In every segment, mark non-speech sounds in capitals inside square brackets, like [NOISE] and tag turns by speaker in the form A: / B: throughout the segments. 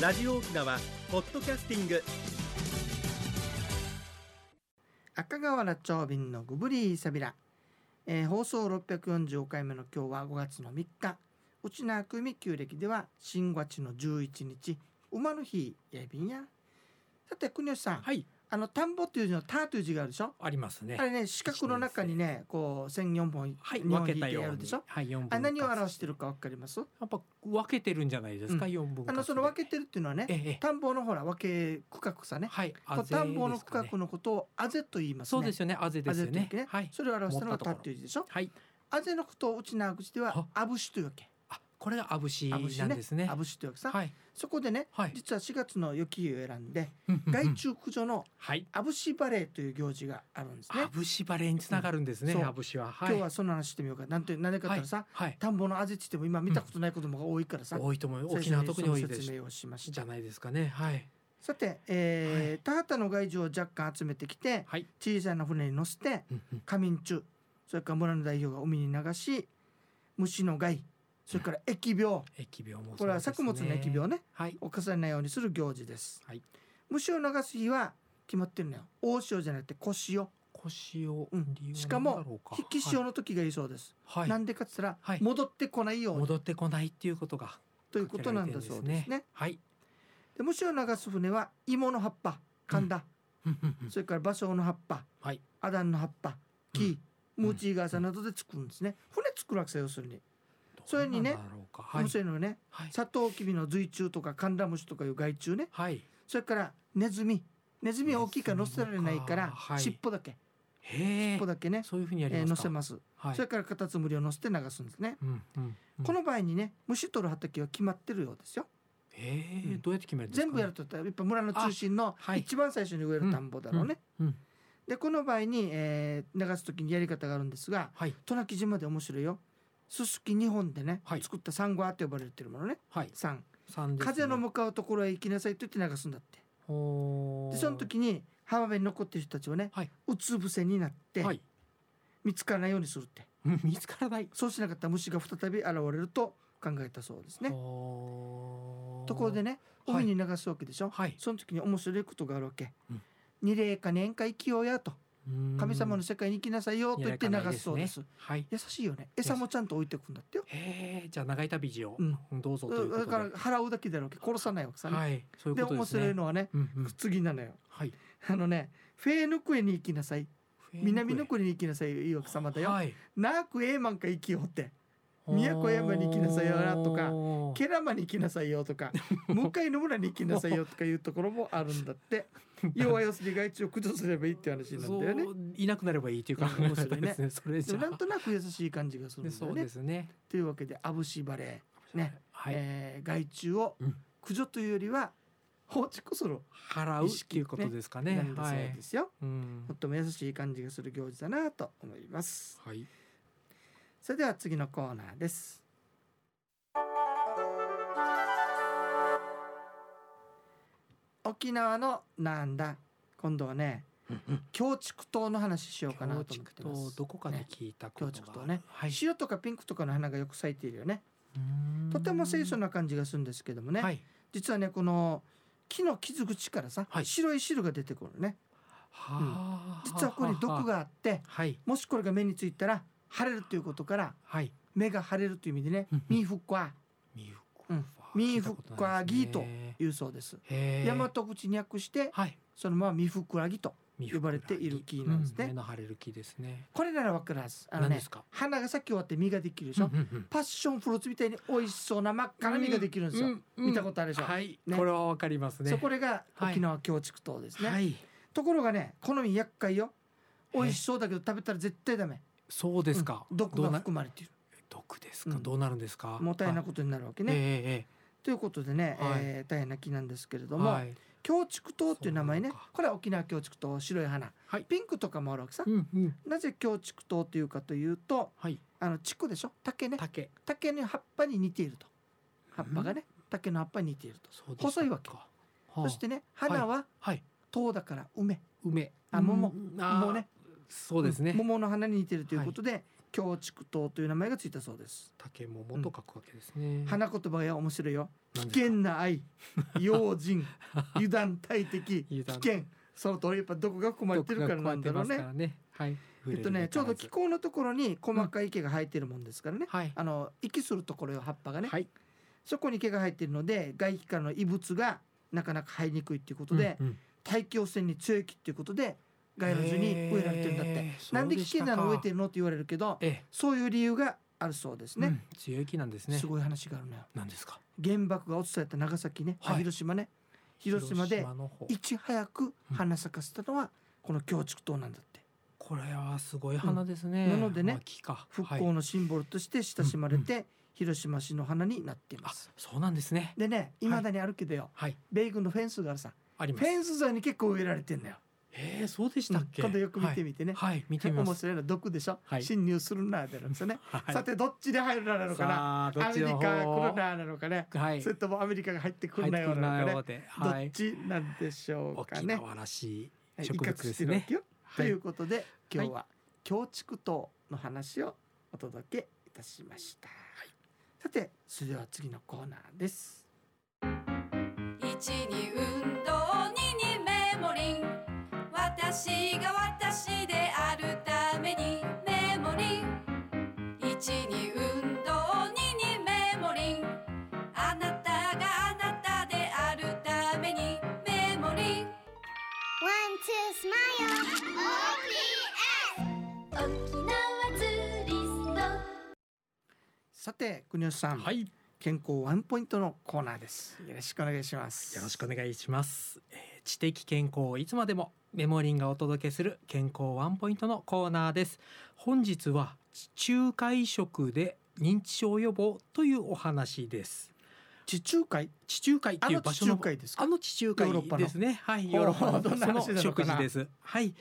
A: ラジオ沖縄ポッドキャスティング
B: 赤瓦長瓶のグブリーサビラ、えー放送645回目の今日は5月の3日内縄組旧暦では新月の11日馬の日やいびんやさて国吉さん、
C: はい、
B: あの田んぼという字の「田」という字があるでしょ
C: ありますね
B: あ。れね四角の中にねこう線4本、
C: はい、
B: 二本
C: 分けた
B: 引い
C: よ
B: てや
C: う
B: る
C: に
B: でしょ
C: はい、四分
B: あ何を
C: 割
B: 表してるかわかります
C: やっぱ分けてるんじゃないですか、
B: うん
C: 四分割
B: あのその分けてるっていうのは
C: え
B: ね
C: えええ、
B: 田んぼのほら分け区画さね
C: はい、
B: こう田んぼの区画
C: ね。
B: のことを「あぜ」と言いますね
C: そうですよね、あぜですよ
B: あぜ
C: ね
B: というね。
C: はい、
B: それを表したのが「
C: 持った
B: た」
C: ところ
B: っていう字でしょ
C: はい、
B: あぜのことをうちな口では
C: は
B: 「あぶし」というわけ
C: あ、これがあぶし
B: あぶし
C: なんですね。
B: あぶしというわけさ、
C: はい、
B: そこでね
C: はい、
B: 実は4月の雪湯を選んで
C: うんうんうん
B: 害。虫駆除の
C: はい、
B: あぶしバレーという行事があるんですね、
C: あぶしバレーにつながるんですね。
B: うんそう
C: あぶしは、はい、
B: 今日はその話してみようかなんて何でかって言ったらさ、
C: はい、
B: 田んぼのあぜって言っても今見たことないこともが多いからさ、
C: 多いと思
B: 最
C: う。
B: 初
C: 沖縄特に多い
B: その
C: で
B: 説
C: す。
B: 明をしまし
C: じ
B: た
C: ゃないですかね。はい、
B: さて、えー田畑の害虫を若干集めてきて
C: はい、
B: 小さな船に乗せて
C: うんうん
B: 仮眠中それから村の代表が海に流し虫の害それから疫病
C: 疫病も、
B: これは作物の疫病。ね
C: はい、
B: 犯されないようにする行事です、
C: はい
B: 虫を流す日は決まってるのよ大潮じゃなくて小潮
C: 腰を
B: うん
C: 理由
B: し
C: は
B: か
C: 何だ
B: も
C: ろうか。
B: 引き潮の時がいいそうです、
C: はい、
B: な
C: はい、
B: んでかって言ったら、
C: はい
B: 戻ってこないように
C: 戻ってこないっていうことが。
B: ということなんだそうですね。
C: はい。
B: で虫を流す船は芋の葉っぱ神田、それから芭蕉の葉っぱ
C: [LAUGHS] はい。
B: アダンの葉っぱ木、
C: うん
B: ムーチーガーサなどで作るんですね船作るわけさ要するに、それにね
C: どうなんだろうかはい
B: 面。白いのはね
C: はい。
B: サトウキビの髄虫とかカンダムシとかいう害虫ね
C: はい。
B: それからネズミネズミは大きいから乗せられないから
C: ネズミかはい
B: 尻尾だけ
C: へえ
B: 尻尾。だけね、
C: そういうふうにや
B: え
C: り
B: ー乗
C: ます
B: せ
C: か。
B: ます、
C: はい
B: それ。からカタツムリを乗せて流すんですね、
C: うんうんうん
B: この場合にね虫取る畑は決まってるようですよ
C: へ
B: う
C: え
B: ん
C: どうやって決めるんですか。
B: 全部やる。と言ったらやっぱ村の中心の
C: あはい
B: 一番最初に植える田んぼだろうね、
C: うん。
B: でこの場合に、えー流す時にやり方があるんですが
C: はい
B: 渡名喜島で面白いよすすき2本でね、
C: はい
B: 作ったサンゴアと呼ばれてるものね
C: はい。
B: 三
C: 三ですね
B: 風の。向かうところへ行きなさいと言って流すんだって
C: ほー
B: でその時に浜辺に残ってる人たちはね、
C: はい。
B: うつ伏せになって、
C: はい。
B: 見つからないようにするって
C: うん見つからない。
B: そうしなかったら虫が再び現れると考えたそうですね
C: ほー
B: ところで。ね
C: は
B: 海
C: い
B: に流すわけでしょ、
C: はい。
B: その時に面白いことがあるわけ、
C: うん
B: 二礼か年会きようやと
C: うん
B: 神様の。世界に行きなさいよと言って流すそうです
C: はい。
B: 優しいよね餌もちゃんと置いておくんだってよ
C: へえじゃあ長い旅路を
B: うん
C: どうぞということ
B: だ
C: で。
B: から払うだけだろうけど殺さないわけさね、
C: はい。そうい
B: で
C: うこと
B: 面
C: ですね。
B: 白いのはね
C: うんうん。
B: 次なのよ
C: はい。
B: あのねフェーヌクエに行きなさい南の国に行きなさいいいわけ様だよ、
C: はい。
B: なくええまんか生きようって宮古山に行きなさいよなとか
C: おー
B: ケラマに行きなさいよとか向かいの村に行きなさいよとかいうところもあるんだって
C: [LAUGHS]
B: 要は要するに害虫を駆除すればいいって話なんだよね
C: そういなくなればいいという考え方ですね。 [LAUGHS] それ
B: で
C: じゃ
B: もなんとなく優しい感じがする
C: で
B: んだ
C: そ
B: よ
C: う
B: ね
C: ですね。
B: というわけでアブシバレーね、
C: はい。
B: えー害虫を
C: うん
B: 駆除というよりは放置こそろ
C: 払うっていうことですかね。
B: なんだ
C: は
B: そう
C: い
B: で。すよ、
C: うん
B: とっても優しい感じがする行事だなと思います
C: はい。
B: それでは次のコーナーです沖縄のなんだ今度はね京畜島の話しようかなと思ってま
C: と
B: す
C: どこかで聞いたこと
B: ね
C: が。
B: 京地区とね
C: はい。
B: 白とかピンクとかの花がよく咲いているよね
C: うん
B: とても清楚な感じがするんですけどもね、
C: はい。
B: 実はねこの木の傷口からさ、
C: はい
B: 白い汁が出てくるね
C: はあ
B: 実はこれに毒。があって
C: はい。
B: もしこれが目についたら腫れるということから
C: はい。
B: 目が腫れるという意味でね
C: うんうん
B: 「ミーフッコア
C: ミフコ
B: うんミーフッコアギート」いうそうです。
C: へえ。
B: 大和口に訳して
C: はい。
B: そのままミフクラギと
C: ミ
B: 呼ばれている木なんですね
C: う目の腫れる木ですね。
B: これならわかるはずあの
C: 何
B: ね
C: ですか。
B: 花が咲き終わって実ができるでしょ、
C: うんうんうん
B: パッションフルーツみたいに美味しそうな真っ赤な実ができるんですよ、
C: うんうん
B: 見たことあるでしょ、
C: はい、
B: ね
C: これはわかりますね。
B: そうこれが
C: はい
B: 沖縄京畜島ですね、
C: はい、
B: ところがね好み厄介よ
C: え
B: 美味しそうだけど食べたら絶対ダメ
C: そうですか。
B: うん毒
C: ど
B: が
C: うな
B: 含まれている
C: 毒ですか、
B: うん
C: どうなるんですか。
B: もったいな
C: く
B: ことになるわけ
C: ね。
B: ね、
C: え
B: ということでね、
C: はい
B: えー大変な木なんですけれ
C: え
B: ども、
C: はい。
B: 京畜島っていう名前ね
C: そうなのか
B: これは沖縄京畜島白い花、
C: はい
B: ピンクとかもあるわけさ、
C: うんうん。
B: なぜ京畜島というかというと
C: はい。
B: あの竹でしょ竹ね
C: 竹。
B: 竹の葉っぱに似ていると葉っぱがね、竹の葉っぱに似ていると、
C: そう
B: 細いわけ
C: はあ
B: そしてね花は
C: はい。
B: 塔だから梅
C: 梅。
B: あ桃
C: うん。
B: 桃
C: あー
B: ね。
C: そうですね。
B: 桃の花に似てるということで、京畜島という名前がついたそうです
C: 竹桃と書くわけですね。
B: 花言葉が面白いよ
C: なんですか
B: 危険な
C: [LAUGHS]
B: 愛用心油断大敵危
C: 油断
B: 険その通りやっぱどこが含まれてるからなんだろうね。
C: はい。
B: えっとねちょうど気候のところに細かい毛が生えてるもんですからね、
C: はい。
B: あの息するところよ葉っぱがね、
C: はい。
B: そこに毛が生えてるので外気からの異物がなかなか生えにくいっていうことで、
C: うんうん
B: 大気汚染に強い木っていうことで街路樹に植えられてるんだって、
C: へー
B: なんで危険なの植えて
C: そう
B: るのって言われるけど
C: でしたかえ
B: そういう理由があるそうです
C: え、
B: ね
C: う、ん強い木なんですね。
B: すごい話があるのよ
C: なんですか。
B: 原爆が落ちされた長崎ね、あ
C: はい
B: 広島ね広島で
C: の方
B: いち早く花咲かせたのはこの京畜島なんだって
C: これはすごい花ですね。
B: うんなのでね
C: まあ木か。
B: 復
C: は
B: 興
C: い。
B: のシンボルとして親しまれて、広島市の花になっていま
C: あ
B: す、
C: そうなんですね。
B: でねいまだにあるけどよ、
C: はい。
B: 米軍のフェンスがあるさ
C: ありま
B: フ
C: す。
B: ェンス沿いに結構植えられてんだよ、
C: ええ、そうでし
B: う
C: た
B: ん
C: っけ。
B: 今度よく見てみてね、
C: はい。はい、見てみま
B: 面
C: す。
B: 白いの毒でしょ、
C: はい
B: 侵入するなーってなるんですよね、
C: はい
B: さてどっちで入るななのかな
C: さあど
B: ア
C: っ
B: メ
C: ち
B: リカ
C: の
B: 来
C: 方
B: るなーなのかね、
C: はい。
B: それともアメリカが入ってくるなよう
C: 入ってくる
B: な
C: な
B: のか
C: よ
B: ね
C: うで、は
B: どっ
C: い。
B: ちなんでしょうか
C: 沖
B: ね
C: 縄らし
B: はいい
C: 植物です
B: 威嚇
C: ね
B: して。るわけよと
C: はい
B: いうことで今日
C: は
B: は京畜島の話をお届けいたしました、さてそれでは次のコーナーです
D: 一に運動二にメモリン私が私であるためにメモリン一に運動二にメモリンあなたがあなたであるためにメモリン
E: One, two, smile. OPS.
D: 沖縄ツーリスト
B: さて国吉さん、
C: はい。よ
B: 健康ワンポイントのコーナーですよろしくお願いします
C: ろしくお願いします。えー知的健康をいつまでもメモリンがお届けする健康ワンポイントのコーナーです。本日は地中海食で認知症予防というお話です。
B: 地中海
C: 地中海って
B: あ
C: い
B: の
C: う場
B: 地
C: 所の
B: 中海です
C: あ
B: か
C: の地中海
B: ヨーロッパの
C: ですね。はい、
B: ほう
C: ヨーロッパの
B: どんな話
C: そ
B: な
C: の
B: のか
C: 食
B: な
C: 事
B: [LAUGHS]
C: です。はい、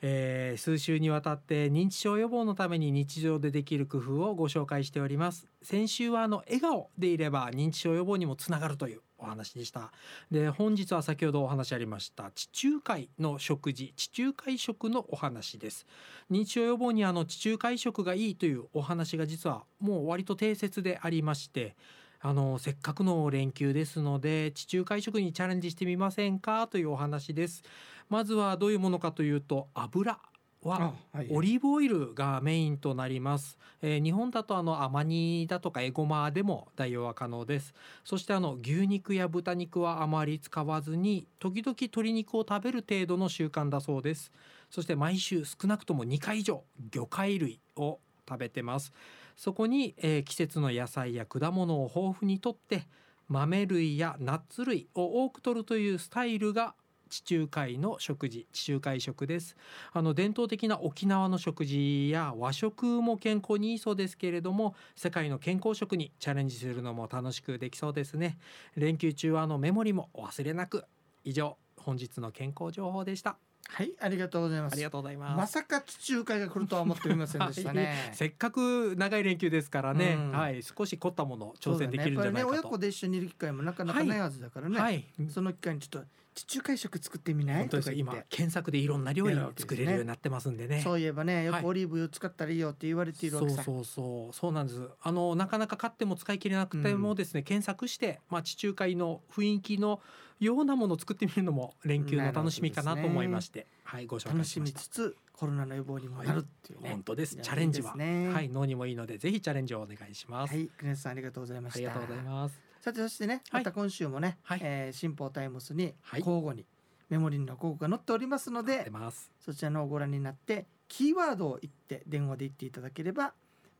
C: えー数週にわたって認知症予防のために日常でできる工夫をご紹介しております。先週はあの笑顔でいれば認知症予防にもつながるというお話でした。で、本日は先ほどお話ありました地中海の食事、地中海食のお話です。認知症予防にあの地中海食がいいというお話が実はもう割と定説でありまして、あのせっかくの連休ですので地中海食にチャレンジしてみませんかというお話ですまずはどういうものかというと油は
B: はい
C: オリーブオイルがメインとなります、えー日本だとあの甘煮だとかエゴマでも代用は可能ですそしてあの牛肉や豚肉はあまり使わずに時々鶏肉を食べる程度の習慣だそうですそして毎週少なくとも2回以上魚介類を食べてますそこに、えー季節の野菜や果物を豊富にとって豆類やナッツ類を多く摂るというスタイルが地中海の食事地中海食ですあの伝統的な沖縄の食事や和食も健康にいいそうですけれども世界の健康食にチャレンジするのも楽しくできそうですね連休中はあのメモリもお忘れなく以上本日の健康情報でした
B: はいありがとうございます
C: ありがとうございます、
B: まさか地中海が来るとは思っておりませんでしたね、
C: せっかく長い連休ですからね、
B: うん
C: はい、少し凝ったものを挑戦できるんじゃない
B: そうだねやっぱりね
C: かと。
B: 親子で一緒にいる機会もなかなか
C: はい
B: ないはずだからね、
C: はい、
B: その機会にちょっと地中海食作ってみない
C: 本当
B: と
C: で
B: か
C: す
B: 言
C: 今
B: って
C: 検索でいろんな料理
B: やるわ
C: を
B: けですね
C: 作れるようになってますんでね。
B: そういえばねよ
C: はい
B: くオリーブ油を使ったらいいよって言われているわ
C: そ
B: け
C: う
B: さ
C: そうそうそうなんですあのなかなか買っても使い切れなくてもですね、検索して、まあ、地中海の雰囲気のようなものを作ってみるのも連休の楽しみかなと思いまして、はいご紹
B: 楽
C: 介
B: し
C: しま
B: み
C: した
B: つつコロナの予防にもなるっていうね、
C: 本当です
B: いや
C: チャレンジ
B: い
C: は、
B: いですね
C: はい脳にもいいのでぜひチャレンジをお願いします、
B: はいクネさんありがとうございまし
C: あ
B: た
C: りがとうございます
B: さてそしてね
C: は
B: ま
C: い
B: た今週もね、
C: はい
B: えー新報タイムスに
C: はい
B: 交互にメモリの広告が載っておりますので、
C: 出ます
B: そちらのをご覧になってキーワードを言って電話で言っていただければ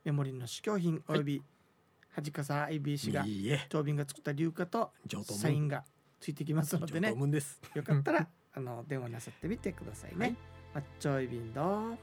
B: メモリの試供品および恥かさ IBC が
C: いいえ
B: 長瓶が作った硫化と
C: 上等
B: サインがついてきますのでね
C: ムンです
B: よかったら [LAUGHS] あの電話なさってみてくださいね。
C: はい
B: マッチョイビンド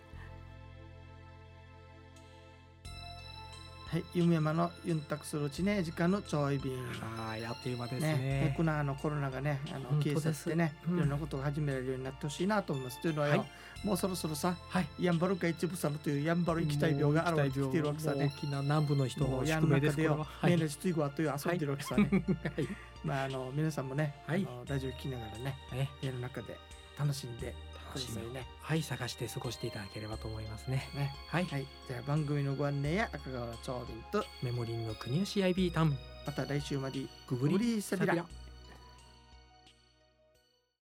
B: はい、夢山のユンタクするうちね時間のちょい便
C: はいあっという間ですね
B: ねねこのあのコロナがねあの
C: 本当
B: 警
C: です
B: 察ってね、
C: うん
B: いろんなことが始められるようになってほしいなと思いますというのはよ、
C: はい
B: もうそろそろさ
C: はい
B: ヤンバルカ一部様というヤンバル液体病が現れてきているわけさね
C: もう大きな南部の人
B: も
C: の
B: うや
C: 宿
B: ん
C: 命で
B: 中で
C: すこれ
B: よ
C: は、は
B: メ
C: い、
B: ルストイゴアという遊んでるわけさ
C: [LAUGHS]
B: ね、
C: はい
B: まああの皆さんもね、
C: はい
B: あのラジオ聞きながらね
C: ね
B: 家の中で楽しんで
C: 楽し
B: く
C: み
B: ださいね
C: はい探して過ごしていただければと思いますね
B: ね
C: はい、
B: はいじゃあ番組のご案内や赤川長林と
C: メモリンの国吉 IB タン
B: また来週まで
C: グ
B: グリーサビラ
C: サビラ